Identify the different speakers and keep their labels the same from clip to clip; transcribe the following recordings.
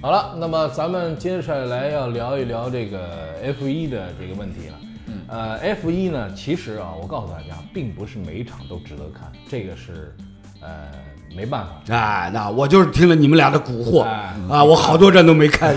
Speaker 1: 好了，那么咱们接下来要聊一聊这个 F 一的这个问题了。嗯，呃，F 一呢，其实啊，我告诉大家，并不是每一场都值得看，这个是呃没办法。
Speaker 2: 哎，那我就是听了你们俩的蛊惑
Speaker 1: 哎
Speaker 2: 啊，我好多站都没 看。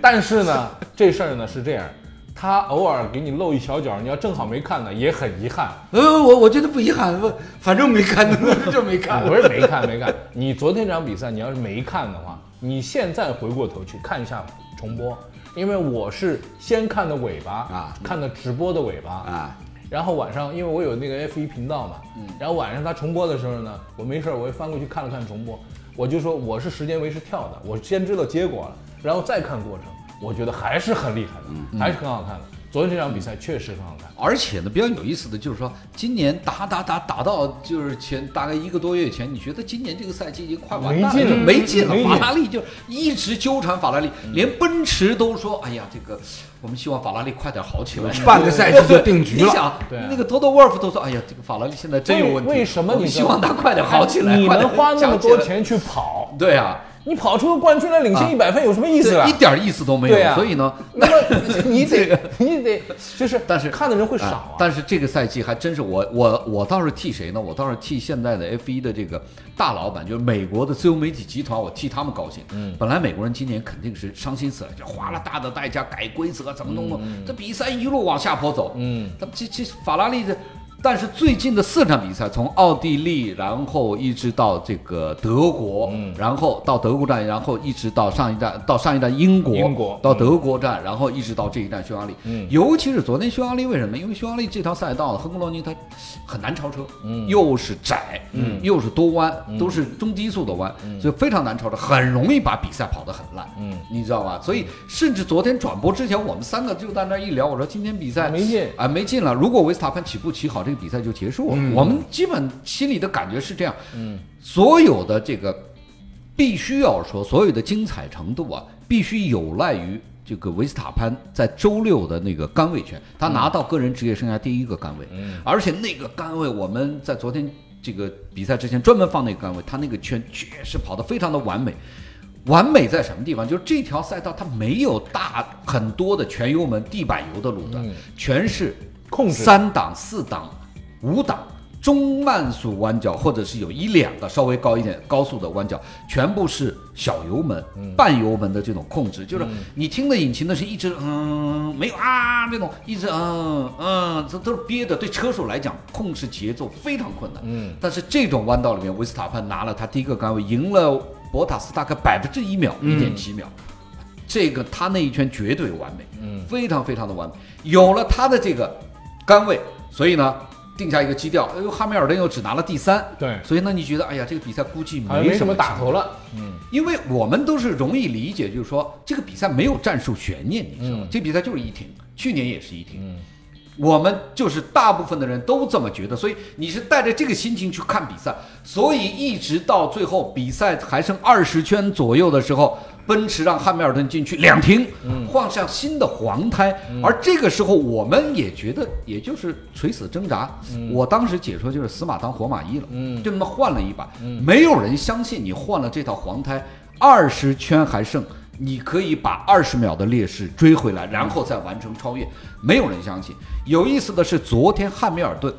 Speaker 1: 但是呢，这事儿呢是这样，他偶尔给你露一小脚，你要正好没看呢，也很遗憾。
Speaker 2: 呃，我我觉得不遗憾， 我反正没看， 就没看。
Speaker 1: 不是没看没看，你昨天这场比赛你要是没看的话，你现在回过头去看一下重播，因为我是先看的尾巴
Speaker 2: 啊
Speaker 1: 看的直播的尾巴
Speaker 2: 啊，
Speaker 1: 然后晚上，因为我有那个 F1 频道嘛，
Speaker 3: 嗯
Speaker 1: 然后晚上他重播的时候呢，我没事儿，我又翻过去看了看重播，我就说我是时间维持跳的，我先知道结果了，然后再看过程，我觉得还是很厉害的，
Speaker 3: 嗯
Speaker 1: 还是很好看的。昨天这场比赛确实很好看，
Speaker 3: 而且呢，比较有意思的就是说，今年打打打打到就是前大概一个多月前，你觉得今年这个赛季已经快完蛋
Speaker 1: 没
Speaker 3: 了，
Speaker 1: 劲
Speaker 3: 就
Speaker 1: 了
Speaker 3: 没劲了
Speaker 1: 没。劲
Speaker 3: 法拉利就一直纠缠法拉利，连奔驰都说：“哎呀，这个我们希望法拉利快点好
Speaker 1: 嗯
Speaker 3: 起来。”
Speaker 2: 半个赛季就定 局
Speaker 3: 哎你
Speaker 2: 了。
Speaker 3: 想
Speaker 1: 对啊，
Speaker 3: 那个多多沃尔夫都说：“哎呀，这个法拉利现在真有问题。”
Speaker 1: 为为什么
Speaker 3: 我们
Speaker 1: 你哎
Speaker 3: 希望他快点好起来？
Speaker 1: 你
Speaker 3: 快
Speaker 1: 们
Speaker 3: 点
Speaker 1: 花那么
Speaker 3: 强起
Speaker 1: 多
Speaker 3: 来？
Speaker 1: 钱去跑，
Speaker 3: 对啊，
Speaker 1: 你跑出个冠军来领先一百分有什么意思啊
Speaker 3: 对一？点意思都没有。
Speaker 1: 对啊
Speaker 3: 所以呢，
Speaker 1: 那么你 得你得就是，
Speaker 3: 但是
Speaker 1: 看的人会少
Speaker 3: 啊
Speaker 1: 啊。
Speaker 3: 但是这个赛季还真是我我我倒是替谁呢？我倒是替现在的 F 一的这个大老板，就是美国的自由媒体集团，我替他们高兴。嗯，本来美国人今年肯定是伤心死了，就花了大的代价改规则，怎么弄弄，
Speaker 1: 嗯
Speaker 3: 这比赛一路往下坡走。嗯，他们这这法拉利的。但是最近的四场比赛，从奥地利，然后一直到这个德国，
Speaker 1: 嗯
Speaker 3: 然后到德国站，然后一直到上一站，到上一站英国，
Speaker 1: 英国
Speaker 3: 到德国站，然后一直到这一站匈牙利。
Speaker 1: 嗯
Speaker 3: 尤其是昨天匈牙利，为什么？因为匈牙利这条赛道亨格罗尼它很难超车，嗯，又是窄，嗯，又是多弯，都是中低速的弯，所以非常难超车，很容易把比赛跑得很烂，
Speaker 1: 嗯，
Speaker 3: 你知道吧？所以甚至昨天转播之前，我们三个就在那儿一聊，我说今天比赛
Speaker 1: 没劲
Speaker 3: 啊，没劲了。如果维斯塔潘起步起好，这个比赛就结束了。
Speaker 1: 嗯
Speaker 3: 我们基本心里的感觉是这样，嗯，所有的这个必须要说，所有的精彩程度啊，必须有赖于这个维斯塔潘在周六的那个杆位权，他拿到个人职业生涯第一个杆位，
Speaker 1: 嗯
Speaker 3: 而且那个杆位我们在昨天这个比赛之前专门放那个杆位，他那个圈确实跑得非常的完美。完美在什么地方？就是这条赛道它没有大很多的全油门、地板油的路段，全是
Speaker 1: 嗯控制
Speaker 3: 三档、四档、五档中慢速弯角，或者是有一两个稍微高一点高速的弯角，全部是小油门、半油门的这种控制，就是你听的引擎呢是一直嗯没有啊这种一直嗯嗯这都是憋的，对车手来讲控制节奏非常困难。嗯，但是这种弯道里面，维斯塔潘拿了他第一个杆位，赢了博塔斯大概百分之一秒，
Speaker 1: 嗯
Speaker 3: 一点七秒。这个他那一圈绝对完美，嗯，非常非常的完美。有了他的这个杆位，所以呢，定下一个基调。哎呦，汉密尔顿又只拿了第三，
Speaker 1: 对
Speaker 3: 所以呢，你觉得，哎呀，这个比赛估计
Speaker 1: 好像没
Speaker 3: 什
Speaker 1: 什么
Speaker 3: 么
Speaker 1: 打头了，
Speaker 3: 因为我们都是容易理解，就是说这个比赛没有战术悬念，你
Speaker 1: 嗯
Speaker 3: 知道吗？这比赛就是一停，去年也是一停。我们就是大部分的人都这么觉得，所以你是带着这个心情去看比赛，所以一直到最后比赛还剩二十圈左右的时候，奔驰让汉密尔顿进去两停，换上新的黄胎，而这个时候我们也觉得也就是垂死挣扎。我当时解说就是死马当活马医了，就那么换了一把，没有人相信你换了这套黄胎，二十圈还剩。你可以把二十秒的劣势追回来，然后再完成超越，没有人相信。有意思的是，昨天汉密尔顿，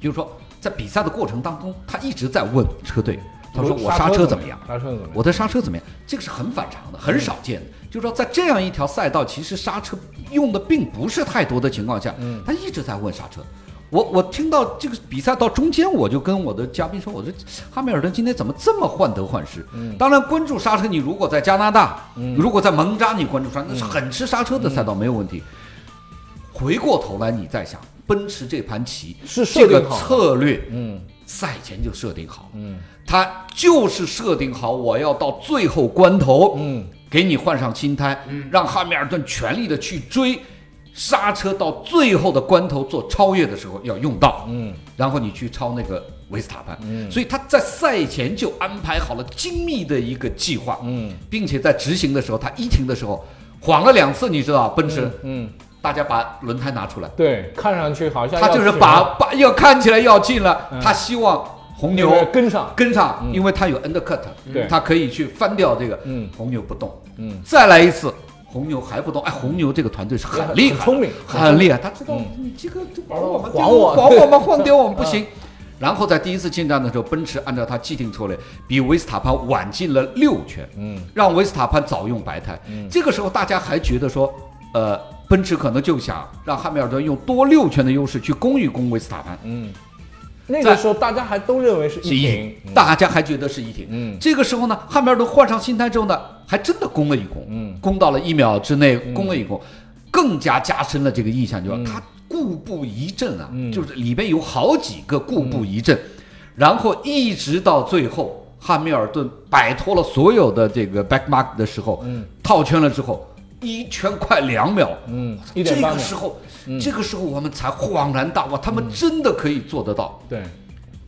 Speaker 3: 就是说在比赛的过程当中，他一直在问车队，他说我刹车怎么样？
Speaker 1: 刹车怎么样？
Speaker 3: 我的刹车怎么样？这个是很反常
Speaker 1: 嗯
Speaker 3: 的，很少见的。就是说，在这样一条赛道，其实刹车用的并不是太多的情况下，
Speaker 1: 嗯
Speaker 3: 他一直在问刹车。我我听到这个比赛到中间，我就跟我的嘉宾说，我说汉密尔顿今天怎么这么患得患失？
Speaker 1: 嗯
Speaker 3: 当然，关注刹车，你如果在加拿大，如果在蒙扎，你关注刹车，那
Speaker 1: 嗯
Speaker 3: 是很吃刹车的赛道，没有问题。回过头来，你再想，奔驰这盘棋
Speaker 1: 是设
Speaker 3: 这
Speaker 1: 定
Speaker 3: 个
Speaker 1: 好的
Speaker 3: 策略，嗯，赛前就设定好，嗯，他就是设定好，我要到最后关头，嗯，给你换上新胎，嗯，让汉密尔顿全力的去追，刹车到最后的关头做超越的时候要用到，嗯，然后你去超那个维斯塔潘，嗯，所以他在赛前就安排好了精密的一个计划，嗯，并且在执行的时候，他一停的时候晃了两次，你知道，奔驰，
Speaker 1: 嗯，
Speaker 3: 大家把轮胎拿出来。
Speaker 1: 对，看上去好像
Speaker 3: 他
Speaker 1: 要
Speaker 3: 就是
Speaker 1: 停
Speaker 3: 把
Speaker 1: 了
Speaker 3: 把要看起来要进了，他希望红牛
Speaker 1: 那个跟上
Speaker 3: 跟上，因为它有 undercut，
Speaker 1: 嗯对
Speaker 3: 它可以去翻掉这个，
Speaker 1: 嗯
Speaker 3: 红牛不动，
Speaker 1: 嗯，
Speaker 3: 再来一次。红牛还不动，哎，红牛这个团队是很厉害的，
Speaker 1: 很聪明嗯
Speaker 3: 很厉害。他知道你这个就把我们
Speaker 1: 还我
Speaker 3: 还我们换掉我们不
Speaker 1: 嗯
Speaker 3: 行。然后在第一次进站的时候，奔驰按照他既定策略，比维斯塔潘晚进了六圈，
Speaker 1: 嗯，
Speaker 3: 让维斯塔潘早用白胎。这个时候大家还觉得说，呃，奔驰可能就想让汉密尔顿用多六圈的优势去攻一攻维斯塔潘，
Speaker 1: 嗯，那个时候大家还都认为是
Speaker 3: 是
Speaker 1: 一
Speaker 3: 一
Speaker 1: 平
Speaker 3: 停，，大家还觉得是一停。
Speaker 1: 嗯
Speaker 3: 这个时候呢，汉密尔顿换上心态之后呢，还真的攻了一攻，
Speaker 1: 嗯
Speaker 3: 攻到了一秒之内，攻了一攻，更加加深了这个印象，就是、他固步一阵啊，
Speaker 1: 嗯
Speaker 3: 就是里边有好几个固步一阵，然后一直到最后。汉密尔顿摆脱了所有的这个 backmark 的时候，
Speaker 1: 嗯
Speaker 3: 套圈了之后，一圈快两秒，
Speaker 1: 嗯，一
Speaker 3: 这
Speaker 1: 点八
Speaker 3: 个
Speaker 1: 秒，嗯
Speaker 3: 时候，这个时候我们才恍然大悟，他们真的可以做得到。
Speaker 1: 对，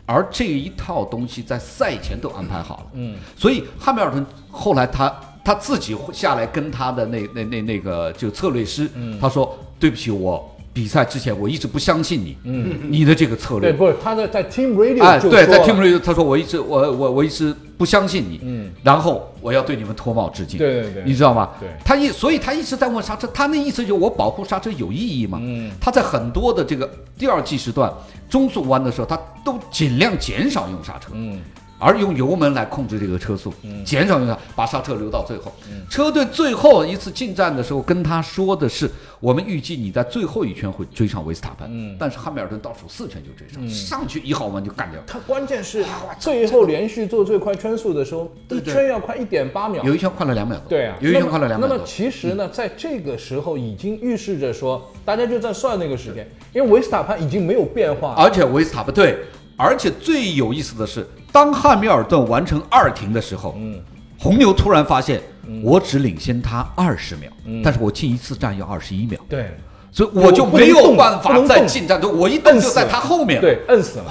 Speaker 3: 而这一套东西在赛前都安排好了，
Speaker 1: 嗯，
Speaker 3: 所以汉密尔顿后来他他自己下来跟他的那那那那个就策略师，他说对不起，我比赛之前我一直不相信你，嗯，你的这个策
Speaker 1: 对，
Speaker 3: 略，
Speaker 1: 不是他在在 Team Radio
Speaker 3: 哎，
Speaker 1: 就
Speaker 3: 对，
Speaker 1: 说
Speaker 3: 在
Speaker 1: 了
Speaker 3: Team Radio 他说我一直我我我一直不相信你，
Speaker 1: 嗯，
Speaker 3: 然后我要对你们脱帽致敬，
Speaker 1: 对对对
Speaker 3: 你知道吗？
Speaker 1: 对
Speaker 3: 他一所以他一直在问刹车，他那意思就是我保护刹车有意义吗？
Speaker 1: 嗯，
Speaker 3: 他在很多的这个第二计时段中速弯的时候，他都尽量减少用刹车，
Speaker 1: 嗯
Speaker 3: 而用油门来控制这个车速，减少用它，把刹车留到最后。车队最后一次进站的时候，跟他说的是，我们预计你在最后一圈会追上维斯塔潘，
Speaker 1: 嗯
Speaker 3: 但是汉密尔顿倒数四圈就追上，上去一号弯就干掉了。
Speaker 1: 他关键是最后连续做最快圈速的时候，
Speaker 3: 对
Speaker 1: 一
Speaker 3: 对
Speaker 1: 圈要快一点八秒。
Speaker 3: 有一圈快了两秒多，
Speaker 1: 对啊，
Speaker 3: 有一
Speaker 1: 那
Speaker 3: 圈
Speaker 1: 么
Speaker 3: 快了两
Speaker 1: 那
Speaker 3: 秒
Speaker 1: 么
Speaker 3: 多。嗯
Speaker 1: 其实呢，在这个时候已经预示着说，大家就在算那个时间，因为维斯塔潘已经没有变化。
Speaker 3: 而且维斯塔潘对，而且最有意思的是，当汉密尔顿完成二停的时候，嗯，红牛突然发现，
Speaker 1: 嗯
Speaker 3: 我只领先他二十秒，但是我进一次站要二十一秒。
Speaker 1: 对，
Speaker 3: 所以我就
Speaker 1: 嗯我不能
Speaker 3: 没有
Speaker 1: 动
Speaker 3: 办
Speaker 1: 不
Speaker 3: 法
Speaker 1: 能
Speaker 3: 再
Speaker 1: 动
Speaker 3: 进站，就我一动
Speaker 1: 摁
Speaker 3: 就
Speaker 1: 死
Speaker 3: 在
Speaker 1: 了
Speaker 3: 他后面。，
Speaker 1: 对，摁死了。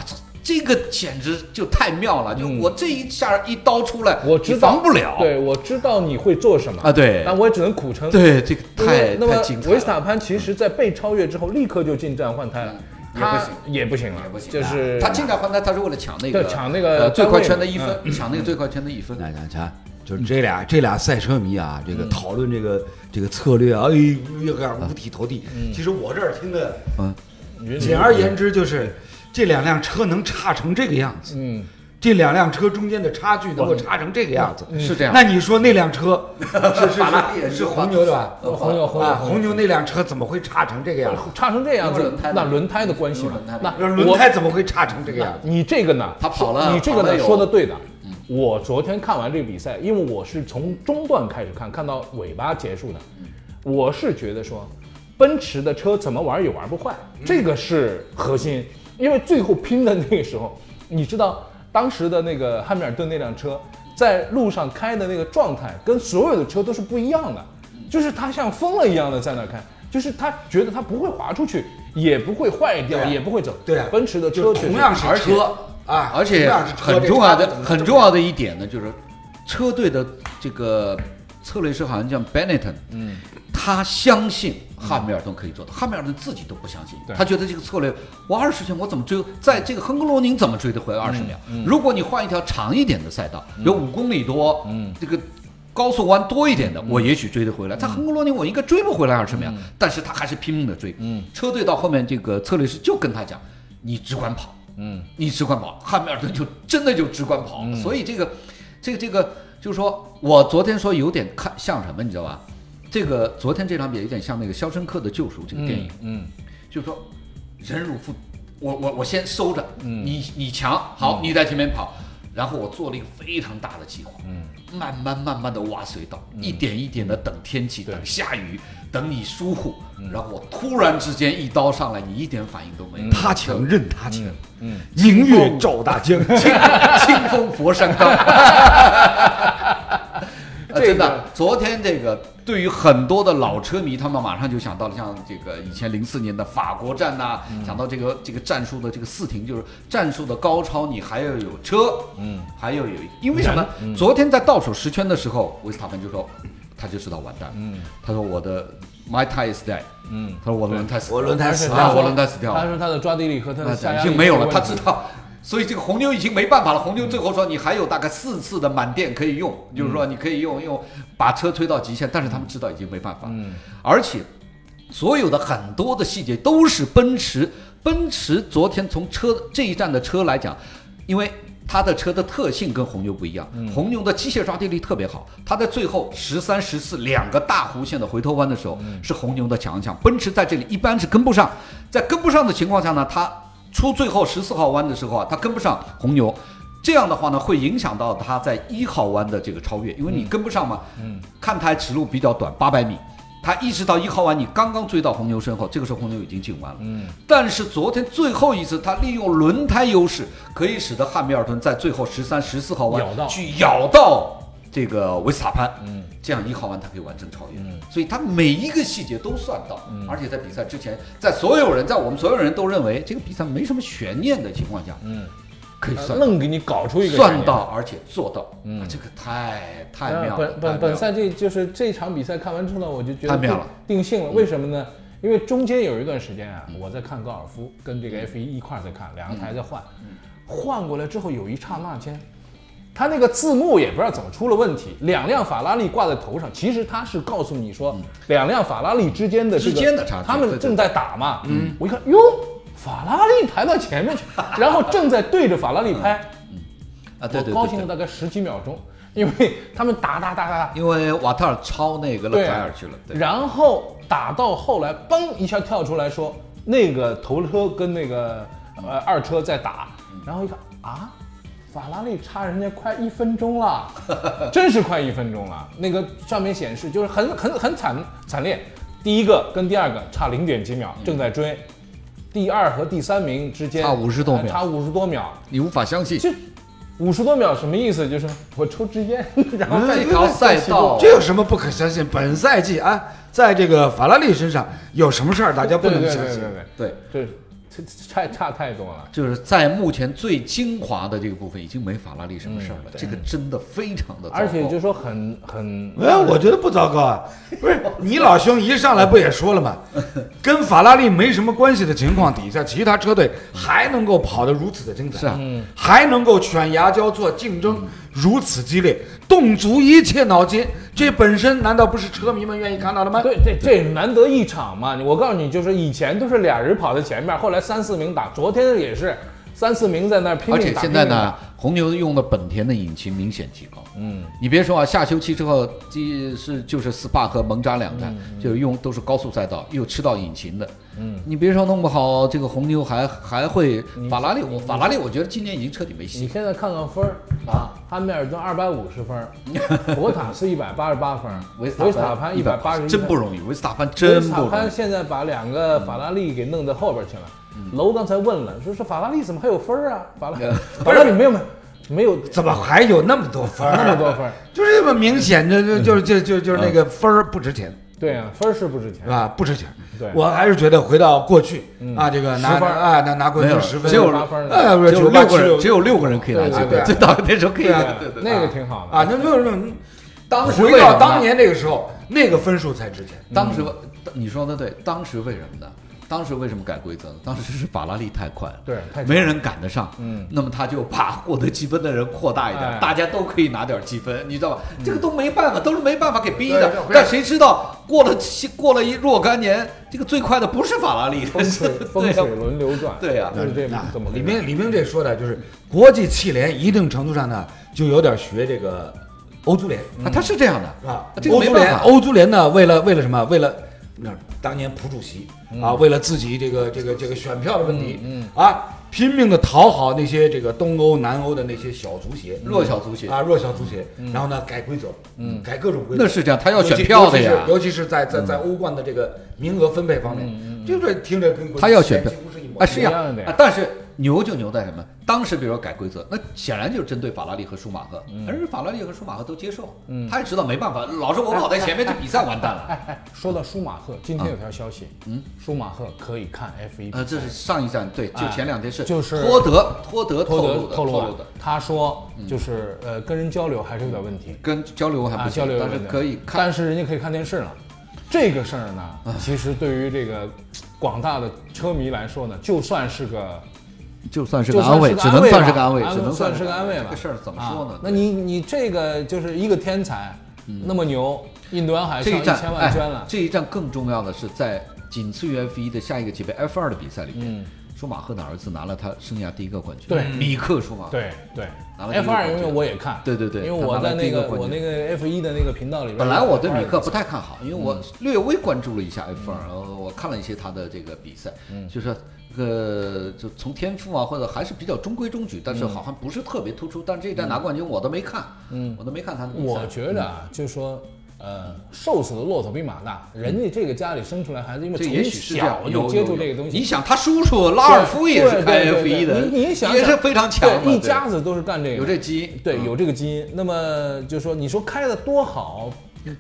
Speaker 3: 这个简直就太妙了！就我这一下一刀出来，
Speaker 1: 嗯我
Speaker 3: 你
Speaker 1: 知道
Speaker 3: 防不了。
Speaker 1: 对，我知道你会做什么
Speaker 3: 啊对
Speaker 1: 但我也只能苦撑。
Speaker 3: 对，这个
Speaker 1: 那么
Speaker 3: 太
Speaker 1: 那
Speaker 3: 太
Speaker 1: 么
Speaker 3: 精彩
Speaker 1: 维斯
Speaker 3: 了。
Speaker 1: 塔潘其实，在被超越之后，立刻就进站换胎了，
Speaker 3: 嗯
Speaker 1: 他
Speaker 3: 也
Speaker 1: 也不行了，
Speaker 3: 也不行
Speaker 1: 就
Speaker 3: 了
Speaker 1: 是
Speaker 3: 他进站换胎，他是为了抢那个
Speaker 1: 对抢那个
Speaker 3: 呃最
Speaker 1: 单
Speaker 3: 快
Speaker 1: 位
Speaker 3: 圈的
Speaker 1: 嘛嗯
Speaker 3: 一分，抢那个最快圈的一分。
Speaker 2: 来来来，就是这俩
Speaker 3: 嗯
Speaker 2: 这俩赛车迷啊，这个讨论这个这个策略啊，哎呦，呀五体投地。
Speaker 3: 嗯
Speaker 2: 其实我这儿听的，
Speaker 1: 云
Speaker 2: 简而言之就是这两辆车能差成这个样子，
Speaker 1: 嗯，
Speaker 2: 这两辆车中间的差距能够差成这个样
Speaker 1: 嗯
Speaker 2: 子，
Speaker 3: 是这样
Speaker 2: 那你说那辆 车是是
Speaker 3: 法拉利也
Speaker 2: 是
Speaker 3: 是哦
Speaker 2: 是红牛对吧？
Speaker 1: 呃红牛红牛
Speaker 2: 啊，红牛那辆车怎么会差成这个样子？
Speaker 1: 差成这样
Speaker 3: 因为
Speaker 1: 子
Speaker 3: 轮胎，
Speaker 1: 那
Speaker 3: 的
Speaker 1: 轮胎的关系
Speaker 3: 因为
Speaker 1: 嘛
Speaker 3: 轮胎的，
Speaker 1: 那
Speaker 2: 轮
Speaker 1: 我
Speaker 2: 胎怎么会差成这个样子？
Speaker 1: 你这个呢？
Speaker 3: 他跑了
Speaker 1: 你这个
Speaker 3: 跑了
Speaker 1: 呢？
Speaker 3: 有嗯
Speaker 1: 说的对的。我昨天看完这个比赛，因为我是从中段开始看，看到尾巴结束的。我是觉得说，奔驰的车怎么玩也玩不坏，
Speaker 3: 嗯
Speaker 1: 这个是核心。因为最后拼的那个时候，你知道当时的那个汉密尔顿那辆车在路上开的那个状态，跟所有的车都是不一样的，
Speaker 3: 嗯
Speaker 1: 就是他像疯了一样的在那开，就是他觉得他不会滑出去，也不会坏掉，
Speaker 2: 对啊
Speaker 1: 也不会走。
Speaker 2: 对啊
Speaker 1: 奔驰的车
Speaker 2: 就
Speaker 1: 确实
Speaker 2: 同样是
Speaker 3: 而且
Speaker 2: 车啊，
Speaker 3: 而且
Speaker 2: 同样是车
Speaker 3: 很重要
Speaker 2: 这差
Speaker 3: 的
Speaker 2: 距怎么
Speaker 3: 很重要的一点呢，就是车队的这个策略师好像叫 Benetton，嗯，他相信汉密尔顿可以做到，汉密尔顿自己都不相信，
Speaker 1: 对
Speaker 3: 他觉得这个策略，我二十圈我怎么追，在这个亨格罗宁怎么追得回二十秒？如果你换一条长一点的赛道，有五公里多，嗯，这个。高速弯多一点的，我也许追得回来。他亨格罗宁我应该追不回来二十秒，但是他还是拼命的追。嗯，车队到后面，这个策略师就跟他讲：“你只管跑，
Speaker 1: 嗯，
Speaker 3: 你只管跑，汉密尔顿就真的就只管跑。所以这个，这个，这个，就是说我昨天说有点看像什么，你知道吧？这个昨天这场比赛有点像那个《肖申克的救赎》这个电影，
Speaker 1: 嗯，
Speaker 3: 就是说忍辱负，我我我先收着，你你强，好，你在前面跑，然后我做了一个非常大的计划，嗯，慢慢慢慢的挖隧道，一点一点的等天气，等下雨，等你疏忽，然后我突然之间一刀上来，你一点反应都没有，
Speaker 2: 他强任他强，
Speaker 1: 嗯，
Speaker 2: 宁越赵大江。
Speaker 3: 清清风佛山 高。呃
Speaker 1: 这个
Speaker 3: 真的，昨天这个对于很多的老车迷，他们马上就想到了像这个以前零四年的法国站呐、
Speaker 1: 嗯
Speaker 3: 想到这个这个战术的这个四停，就是战术的高超，你还要有车，嗯，还要有，因为什么呢？
Speaker 1: 嗯
Speaker 3: 昨天在倒数十圈的时候，维斯塔潘就说，他就知道完蛋，嗯，他说我的 my tie is dead，嗯，他说我的轮胎死了，
Speaker 2: 我轮胎
Speaker 1: 而
Speaker 2: 死
Speaker 1: 且
Speaker 2: 了
Speaker 1: 他
Speaker 3: 我
Speaker 1: 说
Speaker 3: 轮胎死掉了
Speaker 1: 他说他的抓地力和他的下
Speaker 3: 已
Speaker 1: 压力
Speaker 3: 经没有了，
Speaker 1: 问
Speaker 3: 他
Speaker 1: 题
Speaker 3: 知道。所以这个红牛已经没办法了。红牛最后说你还有大概四次的满电可以用，就是
Speaker 1: 嗯
Speaker 3: 说你可以用用把车推到极限，但是他们知道已经没办法了，而且所有的很多的细节都是奔驰。奔驰昨天从车这一站的车来讲，因为它的车的特性跟红牛不一样，红牛的机械抓地力特别好。它在最后十三、十四两个大弧线的回头弯的时候，是红牛的强项。奔驰在这里一般是跟不上，在跟不上的情况下呢，它出最后十四号弯的时候啊，它跟不上红牛。这样的话呢，会影响到它在一号弯的这个超越，因为你跟不上嘛。嗯，看台尺路比较短，八百米，他意识到一号弯你刚刚追到红牛身后，这个时候红牛已经进弯了。嗯，但是昨天最后一次，他利用轮胎优势，可以使得汉密尔顿在最后十三、十四号弯
Speaker 1: 咬到
Speaker 3: 去咬到这个维斯塔潘。嗯，这样一号弯他可以完成超越。嗯，所以他每一个细节都算到，
Speaker 1: 嗯
Speaker 3: 而且在比赛之前，在所有人在我们所有人都认为这个比赛没什么悬念的情况下，嗯，可以算到。
Speaker 1: 愣给你搞出一个概
Speaker 3: 算
Speaker 1: 念
Speaker 3: 到而且做到，嗯，这个太太妙了，
Speaker 1: 本本本赛季就是这场比赛看完之后呢，我就觉得
Speaker 3: 太妙了嗯
Speaker 1: 定定性了。为什么呢？因为中间有一段时间啊，我在看高尔夫，跟
Speaker 3: 嗯
Speaker 1: 这个 F 一一块儿在看，两个台在换，换过来之后有一刹那间，它那个字幕也不知道怎么出了问题，两辆法拉利挂在头上，其实它是告诉你说两辆法拉利之间的这个
Speaker 3: 嗯之间的差距
Speaker 1: 他
Speaker 3: 对
Speaker 1: 们
Speaker 3: 对
Speaker 1: 正在打嘛，嗯，我一看哟，法拉利排到前面去，然后正在对着法拉利拍，
Speaker 3: 嗯啊，对对
Speaker 1: 我高
Speaker 3: 对
Speaker 1: 兴了
Speaker 3: 对，
Speaker 1: 大概十几秒钟，因为他们打打打打打。
Speaker 3: 因为瓦特尔超那个勒克莱尔去了，对，
Speaker 1: 啊然后打到后来，嘣一下跳出来说，那个头车跟那个呃二车在打，然后一看啊，法拉利差人家快一分钟了， 真是快一分钟了。那个上面显示就是很很很惨惨烈，第一个跟第二个差零点几秒，正在追，第二和第三名之间呃
Speaker 3: 差50多秒
Speaker 1: 还差五十多秒，
Speaker 3: 你无法相信，
Speaker 1: 这五十多秒什么意思？就是我抽支烟， 然后再
Speaker 3: 这条赛道 啊
Speaker 2: 这有什么不可相信？本赛季啊，在这个法拉利身上有什么事儿大家不
Speaker 1: 对对
Speaker 2: 能
Speaker 1: 对
Speaker 2: 相
Speaker 1: 对
Speaker 2: 信？
Speaker 1: 对
Speaker 3: 对，
Speaker 1: 对，这这差差太多了。
Speaker 3: 就是在目前最精华的这个部分已经没法拉利什么事儿了，这个真的非常的糟糕，
Speaker 1: 而且就说很很，
Speaker 2: 哎，我觉得不糟糕啊，不是你老兄一上来不也说了 吗？跟法拉利没什么关系的情况底下，其他车队还能够跑得如此的精彩，
Speaker 3: 是啊
Speaker 1: 嗯
Speaker 2: 还能够犬牙交错，竞争如此激烈，动足一切脑筋，这本身难道不是车迷们愿意看到的吗？
Speaker 1: 对对，这是难得一场嘛。我告诉你，就是以前都是俩人跑在前面，后来三四名打，昨天也是三四名在那儿拼
Speaker 3: 而
Speaker 1: 命打。
Speaker 3: 且现在
Speaker 1: 拼命
Speaker 3: 呢
Speaker 1: 打，，
Speaker 3: 红牛用的本田的引擎明显提高。嗯，你别说啊，下休期之后，这是就是斯帕和蒙扎两站，
Speaker 1: 嗯
Speaker 3: 就是用都是高速赛道，又吃到引擎的。嗯，你别说弄不好这个红牛还还会
Speaker 1: 嗯
Speaker 3: 法拉利，我法拉利我觉得今年已经彻底没
Speaker 1: 你
Speaker 3: 戏。
Speaker 1: 现在看看分儿啊，汉密尔顿二百五十分儿，博塔斯一百八十八分儿，维斯塔潘一百八十一，
Speaker 3: 真不容易，维斯塔潘
Speaker 1: 维
Speaker 3: 真
Speaker 1: 斯
Speaker 3: 不
Speaker 1: 塔
Speaker 3: 容
Speaker 1: 潘
Speaker 3: 易。
Speaker 1: 现在把两个法拉利给弄到后边去了。
Speaker 3: 嗯
Speaker 1: 楼刚才问了，说是法拉利怎么还有分儿啊？法拉
Speaker 3: 呃
Speaker 1: 法拉利没有没有没有
Speaker 2: 怎么还有那么多分儿？啊
Speaker 1: 那么多分儿？
Speaker 2: 就是这么明显，这
Speaker 3: 嗯
Speaker 2: 这就是就就就是那个分儿不值钱。
Speaker 1: 对啊，分儿是不值钱
Speaker 2: 是。吧？
Speaker 3: 嗯
Speaker 2: 不值钱。
Speaker 1: 对
Speaker 2: 我还是觉得回到过去啊，这个拿
Speaker 1: 十分
Speaker 2: 啊拿拿冠
Speaker 3: 没有
Speaker 2: 军十分，
Speaker 3: 只有
Speaker 1: 八分儿呢
Speaker 2: 哎，不
Speaker 3: 只
Speaker 2: 是
Speaker 3: 有
Speaker 2: 九八
Speaker 3: 六个人，
Speaker 2: 76
Speaker 3: 只有六个人可以拿
Speaker 1: 对
Speaker 3: 积
Speaker 1: 对
Speaker 3: 分，
Speaker 2: 对
Speaker 3: 最早那时候可以拿积分。
Speaker 1: 对啊那个挺好的
Speaker 2: 啊，那就是
Speaker 3: 当时为
Speaker 2: 回
Speaker 3: 什么
Speaker 2: 到
Speaker 3: 呢
Speaker 2: 当年那个时候，那个分数才值钱。
Speaker 3: 当时为、你说的对，当时为什么呢？当时为什么改规则呢？当时是法拉利太快了，
Speaker 1: 对太快
Speaker 3: 没人赶得上，嗯，那么他就把获得积分的人扩大一点，
Speaker 1: 哎
Speaker 3: 大家都可以拿点积分，你知道吧？这个都没办法，都是没办法给逼的
Speaker 2: 对。对
Speaker 3: 但谁知道过了七过了一若干年，这个最快的不是法拉利，
Speaker 1: 风水
Speaker 3: 对啊
Speaker 1: 风
Speaker 3: 呀、
Speaker 1: 水轮流转，
Speaker 3: 对呀
Speaker 1: 就是嗯这怎么
Speaker 2: 啊
Speaker 1: 回
Speaker 2: 李
Speaker 1: 事
Speaker 2: 冰李冰这说的就是国际汽联一定程度上呢，就有点学这个欧足联
Speaker 3: 啊，他是这样的
Speaker 2: 啊，
Speaker 3: 这个
Speaker 2: 欧
Speaker 3: 没
Speaker 2: 足
Speaker 3: 办
Speaker 2: 联
Speaker 3: 法。
Speaker 2: 欧足联呢，为了为了什么？为了那当年朴主席
Speaker 3: 嗯
Speaker 2: 啊，为了自己这个这个这个选票的问题，啊，拼命的讨好那些这个东欧、南欧的那些小足协、
Speaker 3: 弱小足协嗯
Speaker 2: 啊，弱小足协，然后呢改规则，嗯，改各种规则，
Speaker 3: 那是这样他要
Speaker 2: 尤其
Speaker 3: 选票的呀
Speaker 2: 尤其
Speaker 3: 嗯
Speaker 2: 是尤其是在在在欧冠的这个名额分配方面，就是听着跟国际
Speaker 3: 他要选票
Speaker 2: 几乎是一模一样
Speaker 3: 啊，是呀
Speaker 1: 一样的呀
Speaker 3: 啊，但是牛就牛在什么？当时比如说改规则，那显然就是针对法拉利和舒马赫，
Speaker 1: 嗯
Speaker 3: 而法拉利和舒马赫都接受，他也知道没办法，老是我跑在前面，这比赛完蛋了。
Speaker 1: 哎 哎，说到舒马赫，今天有条消息，嗯，舒马赫可以看 F 一，
Speaker 3: 呃，这是上一站，对，就前两天是
Speaker 1: 啊就是
Speaker 3: 托德托德
Speaker 1: 托
Speaker 3: 透露
Speaker 1: 德
Speaker 3: 的
Speaker 1: 透露
Speaker 3: 透露
Speaker 1: 了
Speaker 3: 的，，
Speaker 1: 他说就是呃跟人交流还是有点问题
Speaker 3: 跟交流还
Speaker 1: 啊，
Speaker 3: 不
Speaker 1: 交流有
Speaker 3: 行，但
Speaker 1: 点问
Speaker 3: 是
Speaker 1: 题
Speaker 3: 可以看啊
Speaker 1: 但是人家可以看电视了。这个事儿呢，其实对于这个广大的车迷来说呢，就算是个
Speaker 3: 就算是
Speaker 1: 就
Speaker 3: 个
Speaker 1: 算
Speaker 3: 安慰，
Speaker 1: 是个
Speaker 3: 只能算是个
Speaker 1: 安
Speaker 3: 安
Speaker 1: 慰
Speaker 3: 慰
Speaker 1: 吧，
Speaker 3: 只能
Speaker 1: 算
Speaker 3: 是
Speaker 1: 是个安慰吧。
Speaker 3: 这个事儿怎么
Speaker 1: 啊
Speaker 3: 说呢？嗯
Speaker 1: 那你你这个就是一个天才，那么牛，印度洋海
Speaker 3: 这
Speaker 1: 上
Speaker 3: 一
Speaker 1: 一
Speaker 3: 站
Speaker 1: 千
Speaker 3: 哎
Speaker 1: 万捐了，
Speaker 3: 这一站更重要的是在仅次于 F 一的下一个级别 F 二的比赛里面，舒马赫的儿子拿了他生涯第一个冠军，
Speaker 1: 嗯对
Speaker 3: 米克舒马赫，
Speaker 1: 对对
Speaker 3: 拿了第一
Speaker 1: ，F
Speaker 3: 个
Speaker 1: 二
Speaker 3: 冠
Speaker 1: 因为
Speaker 3: 军
Speaker 1: 我也看，
Speaker 3: 对对对
Speaker 1: 因为
Speaker 3: 他
Speaker 1: 我
Speaker 3: 拿了
Speaker 1: 在
Speaker 3: 第
Speaker 1: 那
Speaker 3: 一个
Speaker 1: 个
Speaker 3: 冠
Speaker 1: 我
Speaker 3: 军
Speaker 1: 那个 F 一的那个频道里边，
Speaker 3: 本来我对米克
Speaker 1: 不
Speaker 3: 不太看好，因为
Speaker 1: 嗯
Speaker 3: 我略微关注了一下 F 二、然后我看了一些他的这个比赛，
Speaker 1: 嗯
Speaker 3: 就是这个就从天赋啊或者还是比较中规中矩，但
Speaker 1: 嗯
Speaker 3: 是好像不是特别突出。但这一站拿冠军我都没看，嗯，我都没看他的比赛。
Speaker 1: 我觉得
Speaker 3: 嗯
Speaker 1: 啊，就说，呃，瘦死的骆驼比马大，人家这个家里生出来孩子，因为
Speaker 3: 嗯这
Speaker 1: 从
Speaker 3: 也许是这样，
Speaker 1: 小就
Speaker 3: 有
Speaker 1: 接
Speaker 3: 有
Speaker 1: 触
Speaker 3: 有
Speaker 1: 这个东西，
Speaker 3: 你想，他叔叔拉尔夫也是
Speaker 1: 对
Speaker 3: 开
Speaker 1: 对对
Speaker 3: F
Speaker 1: 对
Speaker 3: 一的，
Speaker 1: 你你想
Speaker 3: 也是
Speaker 1: 想
Speaker 3: 非常强的，
Speaker 1: 对，一
Speaker 3: 对
Speaker 1: 家子都是干这个，
Speaker 3: 有这基因，
Speaker 1: 对，有这个基因。那么就说，你说开的多好，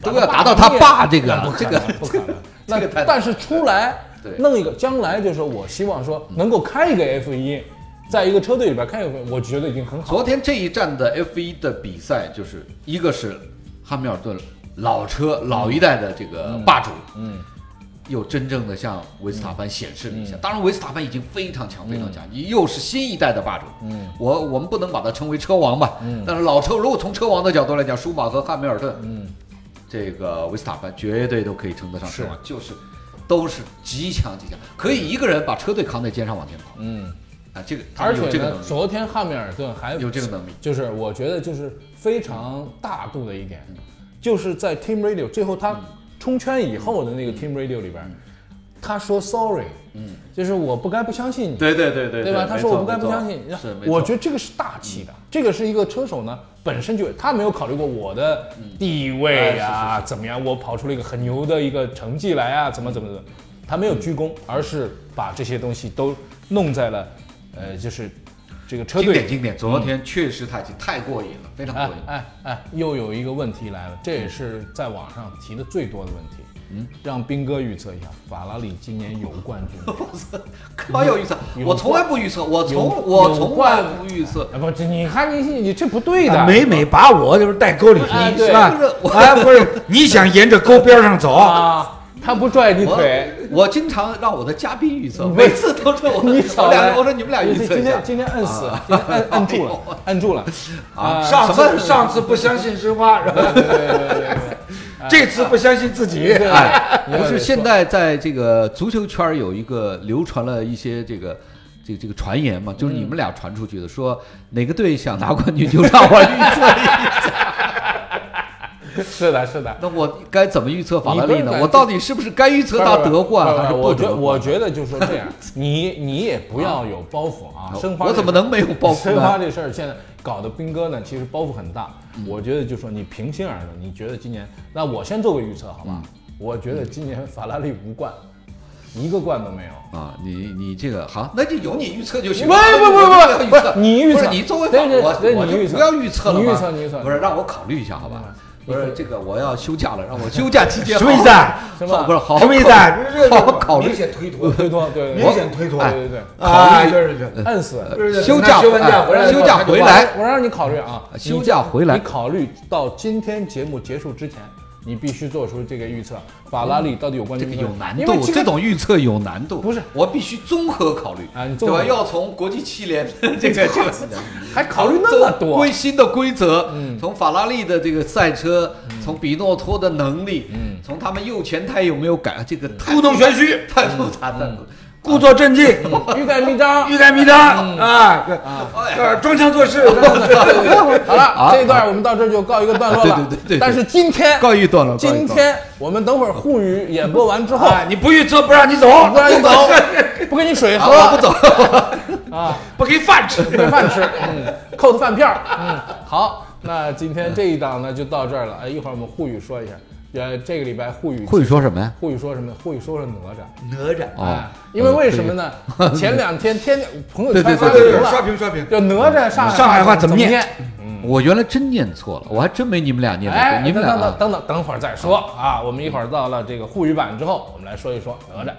Speaker 3: 都
Speaker 1: 把
Speaker 3: 要达到
Speaker 1: 爸
Speaker 3: 他
Speaker 1: 灭
Speaker 3: 爸这个
Speaker 1: 那不可
Speaker 3: 这个
Speaker 1: 能不可能。
Speaker 3: 这
Speaker 1: 那
Speaker 3: 个太难
Speaker 1: 但是出来
Speaker 3: 对嗯
Speaker 1: 弄一个，将来就是我希望说能够开一个 F 一，在一个车队里边开一个 F1，我觉得已经很好。
Speaker 3: 昨天这一站的 F 1的比赛，就是一个是汉密尔顿老车老一代的这个霸主，
Speaker 1: 嗯，
Speaker 3: 又真正的向维斯塔潘显示了一下。当然，维斯塔潘已经非常强，非常强，
Speaker 1: 嗯
Speaker 3: 又是新一代的霸主。嗯，我我们不能把他称为车王吧？嗯，但是老车如果从车王的角度来讲，舒马和汉密尔顿，嗯，这个维斯塔潘绝对都可以称得上车
Speaker 1: 啊
Speaker 3: 王，就是都是极强极强，可以一个人把车队扛在肩上往前跑。
Speaker 1: 嗯，
Speaker 3: 啊，这个他
Speaker 1: 而
Speaker 3: 们有
Speaker 1: 且
Speaker 3: 这个
Speaker 1: 呢
Speaker 3: 能，力，
Speaker 1: 昨天汉密尔顿还
Speaker 3: 有这个能力。
Speaker 1: 就是我觉得就是非常大度的一点，
Speaker 3: 嗯
Speaker 1: 就是在 Team Radio 最后他冲圈以后的那
Speaker 3: 嗯
Speaker 1: 个 Team Radio 里边，他说 sorry，嗯，就是我不该不相信你，
Speaker 3: 对对对对
Speaker 1: 对吧？他说我不该不相信，我觉得
Speaker 3: 得
Speaker 1: 这个是大气的，这个是一个车手呢本身就他没有考虑过我的地
Speaker 3: 嗯哎
Speaker 1: 位啊，怎么样，我跑出了一个很牛的一个成绩来啊，怎么怎么怎么，他没有鞠躬，而是把这些东西都弄在了，呃，就是这个车
Speaker 3: 经
Speaker 1: 队
Speaker 3: 典经典，昨天确实太太过瘾了，非常
Speaker 1: 哎
Speaker 3: 过瘾。
Speaker 1: 哎哎，又有一个问题来了，这也是在网上提的最多的问题。嗯，让斌哥预测一下，法拉利今年有冠军吗？
Speaker 3: 干嘛要预测？
Speaker 1: 有
Speaker 3: 我从来不预测，我从
Speaker 1: 有
Speaker 3: 我
Speaker 1: 有
Speaker 3: 从来
Speaker 1: 冠
Speaker 3: 不预测。
Speaker 1: 啊，不，这你看你你这不对的，
Speaker 2: 啊每每把我就是带沟里
Speaker 1: 哎
Speaker 2: 提，
Speaker 1: 对
Speaker 2: 是吧
Speaker 3: 啊不是？我
Speaker 2: 哎，不是，你想沿着沟边上走，
Speaker 1: 啊，他不拽你
Speaker 3: 我
Speaker 1: 腿。
Speaker 3: 我经常让我的嘉宾预测，
Speaker 1: 你
Speaker 3: 每次都是我
Speaker 1: 你
Speaker 3: 我
Speaker 1: 少
Speaker 3: 俩
Speaker 1: 来！
Speaker 3: 我说你们俩预测
Speaker 1: 今
Speaker 3: 一
Speaker 1: 天
Speaker 3: 下
Speaker 1: 今天摁死，今天摁摁住了，摁住了啊！
Speaker 2: 上
Speaker 3: 什么
Speaker 2: 次上次不相信申花，然后
Speaker 1: 对对对对对
Speaker 2: 这
Speaker 3: 啊
Speaker 2: 次不相信自己。
Speaker 1: 对，
Speaker 3: 哎，
Speaker 1: 你要
Speaker 3: 不是
Speaker 1: 得
Speaker 3: 现
Speaker 1: 说
Speaker 3: 在在这个足球圈儿有一个流传了一些这个。这个这个传言嘛，就是你们俩传出去的，说哪个队想拿冠军就让我预测一下。
Speaker 1: 是的，是的，
Speaker 3: 那我该怎么预测法拉利
Speaker 1: 你不
Speaker 3: 呢？
Speaker 1: 是
Speaker 3: 我到底是不是该预测他得冠还是不
Speaker 1: 我觉
Speaker 3: 得
Speaker 1: 得
Speaker 3: 冠？
Speaker 1: 我觉得就说这样，你你也不要有包袱啊，申花
Speaker 3: 我怎么能没有啊包袱
Speaker 1: 申花
Speaker 3: 呢？
Speaker 1: 这事儿现在搞得斌哥呢，其实包袱很大。我觉得就说你平心而论，你觉得今年，那我先做个预测，好吧？我觉得今年法拉利无冠，一个冠都没有。
Speaker 3: 啊，你你这个好，那就由你预测就行。
Speaker 1: 不不不不
Speaker 3: 我就
Speaker 1: 不
Speaker 3: 要预
Speaker 1: 是
Speaker 3: 测
Speaker 1: 你预
Speaker 3: 不是
Speaker 1: 测，
Speaker 3: 你作为法
Speaker 1: 对对
Speaker 3: 我
Speaker 1: 对
Speaker 3: 我
Speaker 1: 你预测
Speaker 3: 就不要预测了
Speaker 1: 你
Speaker 3: 吗
Speaker 1: 预测你预测嗯
Speaker 3: 不是让我考虑一下好吧？不是这个我要休假了，让我休假期间
Speaker 2: 什么意思啊
Speaker 3: 好好不是好
Speaker 2: 什么意思啊？
Speaker 3: 好好考虑哎
Speaker 2: 明显推脱，
Speaker 1: 推脱，对对
Speaker 2: 明显推脱
Speaker 1: 对对对
Speaker 2: 啊！
Speaker 3: 考虑
Speaker 2: 就是就是
Speaker 1: 对，摁死。
Speaker 2: 就是
Speaker 3: 休假
Speaker 2: 那休完假
Speaker 3: 哎
Speaker 2: 回来，
Speaker 3: 休假回来
Speaker 1: 我让你考虑啊，
Speaker 3: 啊休假回来
Speaker 1: 你考虑到今天节目结束之前，你必须做出这个预测，法拉利到底有冠
Speaker 3: 这
Speaker 1: 军
Speaker 3: 个
Speaker 1: 没
Speaker 3: 有难
Speaker 1: 因为
Speaker 3: 度，
Speaker 1: 这
Speaker 3: 这
Speaker 1: 个
Speaker 3: 种预测有难度。
Speaker 1: 不是，
Speaker 3: 我必须综合考虑
Speaker 1: 啊你
Speaker 3: 对
Speaker 1: 综合
Speaker 3: 吧？要从国际汽联的这个这 个。
Speaker 1: 还考虑那么多，
Speaker 3: 规新的规则，
Speaker 2: 嗯
Speaker 3: 从法拉利的这个赛车，从比诺托的能力，从他们右前胎有没有改，这个太
Speaker 2: 嗯故弄玄虚，嗯
Speaker 3: 太复杂啊了。
Speaker 2: 故作镇静，
Speaker 1: 欲盖弥 彰。
Speaker 2: 欲盖弥彰啊！啊，装腔作势，
Speaker 1: 好了，这一段我们到这儿就告一个段落
Speaker 3: 啊
Speaker 1: 了。
Speaker 3: 对对对对对
Speaker 1: 但是今天
Speaker 3: 告一段落告一段
Speaker 1: 今
Speaker 3: 落
Speaker 1: 天我们等会儿沪语演播完之后，
Speaker 2: 啊！你不预测不让你走，
Speaker 1: 不让你 走，不给你水
Speaker 3: 啊，
Speaker 1: 喝，
Speaker 3: 我 不走，
Speaker 1: 啊，
Speaker 2: 不给饭吃。
Speaker 1: 没饭 吃，嗯，扣他饭票儿。嗯，好，那今天这一档呢就到这儿了。哎，一会儿我们沪语说一下。呃，这个礼拜沪语
Speaker 3: 会说什么呀？哦
Speaker 1: 沪语说什么？沪语说说哪吒。
Speaker 2: 哪吒，
Speaker 1: 哎，因为为什么呢？ 前两天天朋友圈
Speaker 3: 对对
Speaker 1: 刷
Speaker 3: 对嗯
Speaker 1: 屏
Speaker 2: 对刷
Speaker 1: 了，
Speaker 2: 屏刷屏，
Speaker 1: 就哪吒上
Speaker 2: 上海话
Speaker 1: 怎
Speaker 2: 怎么念
Speaker 1: 念？
Speaker 2: 嗯
Speaker 3: 我原来真念错了，我还真没你们俩念
Speaker 1: 哎
Speaker 3: 的，你们
Speaker 1: 等
Speaker 3: 俩
Speaker 1: 等
Speaker 3: 啊
Speaker 1: 等等等等会儿再说啊！我们一会儿到了这个沪语版之后，我们来说一说哪吒。